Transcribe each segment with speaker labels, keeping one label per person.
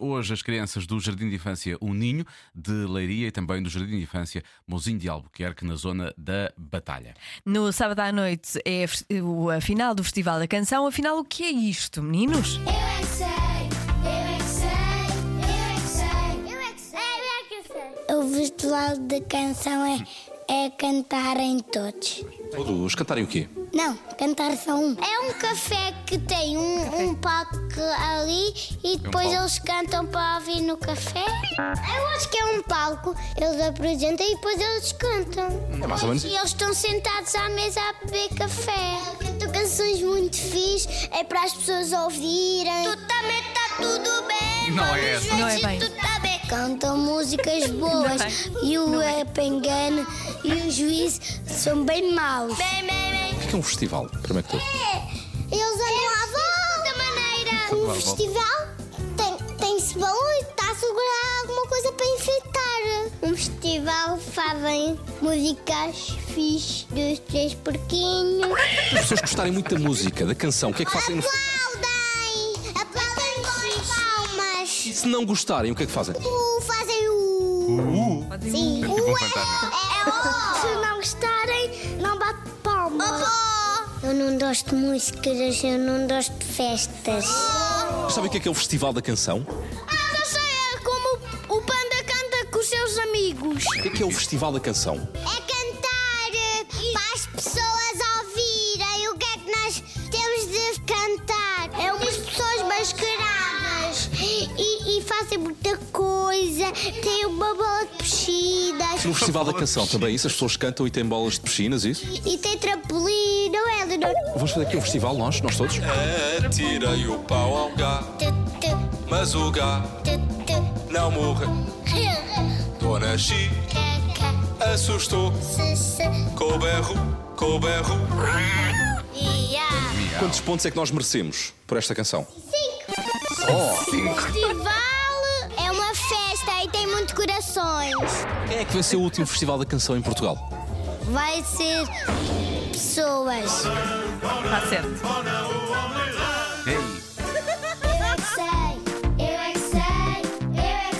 Speaker 1: Hoje, as crianças do Jardim de Infância O Ninho, de Leiria e também do Jardim de Infância Mozinho de Albuquerque, na zona da Batalha.
Speaker 2: No sábado à noite é o- a final do Festival da Canção. Afinal, o que é isto, meninos?
Speaker 3: Eu é que sei, eu é que sei, eu é que sei, eu é que sei, eu é que sei. O virtual da canção é, é cantarem todos.
Speaker 4: Todos cantarem o quê?
Speaker 3: Não, cantar só um. É um café que tem um, um palco ali e depois eles cantam para ouvir no café. Eu acho que é um palco, eles apresentam e depois eles cantam.
Speaker 4: É mais ou menos
Speaker 3: E eles estão sentados à mesa a beber café. Cantam canções muito fixe, é para as pessoas ouvirem. Tu também está tudo bem,
Speaker 1: Não é
Speaker 3: vamos
Speaker 1: essa.
Speaker 2: Não é
Speaker 3: ver se
Speaker 2: bem. é
Speaker 3: tu tá bem. Cantam músicas boas e o Pengano e o Juiz são bem maus. Bem, bem, bem.
Speaker 4: O que é um festival? Primeiro que tudo.
Speaker 3: Eles andam à volta maneira.
Speaker 1: Tudo à
Speaker 3: O
Speaker 1: volta.
Speaker 3: Um festival tem, tem-se balões, está a segurar alguma coisa para enfeitar. No festival fazem músicas fixe dos três porquinhos.
Speaker 4: As pessoas gostarem muito da música, da canção, o que é que fazem? no-
Speaker 3: Aplaudem! Aplaudem com palmas.
Speaker 4: Se não gostarem, o que é que fazem?
Speaker 3: O fazem o... Sim.
Speaker 1: Tipo um fantasma.
Speaker 3: É o... Se não gostarem, não bate palmas. Eu não gosto de músicas, eu não gosto de festas.
Speaker 4: Sabem o que é que é o festival da canção? O
Speaker 3: Ah, eu sei, é como o panda canta com os seus amigos.
Speaker 4: que é que é o festival da canção?
Speaker 3: É cantar eh, para as pessoas ouvirem o que é que nós temos de cantar. É umas pessoas mascaradas e, e fazem muita coisa. Tem uma bola de piscinas
Speaker 4: No festival da canção também isso? As pessoas cantam e têm bolas de piscinas, isso?
Speaker 3: e tem trampolim, não é, Leonor?
Speaker 4: Vamos fazer aqui um festival, nós, nós todos?
Speaker 5: Atirei É, o pau ao gato,
Speaker 3: Tu, tu,
Speaker 5: mas o gato
Speaker 3: tu, tu.
Speaker 5: não morre. Dona X
Speaker 3: Caca,
Speaker 5: assustou
Speaker 3: se, se.
Speaker 5: com o berro, com o berro.
Speaker 3: Ia.
Speaker 4: Quantos pontos é que nós merecemos por esta canção?
Speaker 3: Festival é uma festa e tem muitos corações.
Speaker 4: Quem é que vai ser o último festival da canção em Portugal?
Speaker 3: Vai ser pessoas.
Speaker 2: Está certo.
Speaker 1: Ei,
Speaker 3: Eu é que sei, eu é que sei, eu é que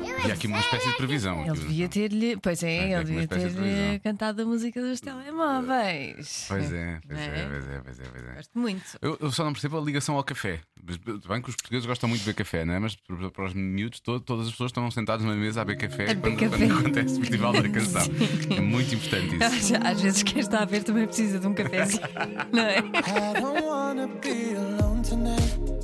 Speaker 3: sei.
Speaker 1: E há aqui uma espécie de previsão.
Speaker 2: Ele devia ter-lhe. Pois é,
Speaker 1: É,
Speaker 2: ele
Speaker 1: uma
Speaker 2: devia
Speaker 1: espécie de
Speaker 2: ter-lhe
Speaker 1: televisão.
Speaker 2: cantado a música dos telemóveis.
Speaker 1: Pois é, pois
Speaker 2: Não
Speaker 1: é, pois é, pois é. Pois é.
Speaker 2: Gosto muito.
Speaker 1: Eu, eu só não percebo a ligação ao café. Mas, Tudo bem que os portugueses gostam muito de beber café, não é? Mas para para os miúdos, to- todas as pessoas estão sentadas na mesa a beber café,
Speaker 2: beber
Speaker 1: quando,
Speaker 2: café.
Speaker 1: quando acontece o Festival da Canção. É muito importante isso.
Speaker 2: Às- Às vezes quem está a ver também precisa de um cafezinho, não é?
Speaker 6: I don't wanna be alone tonight.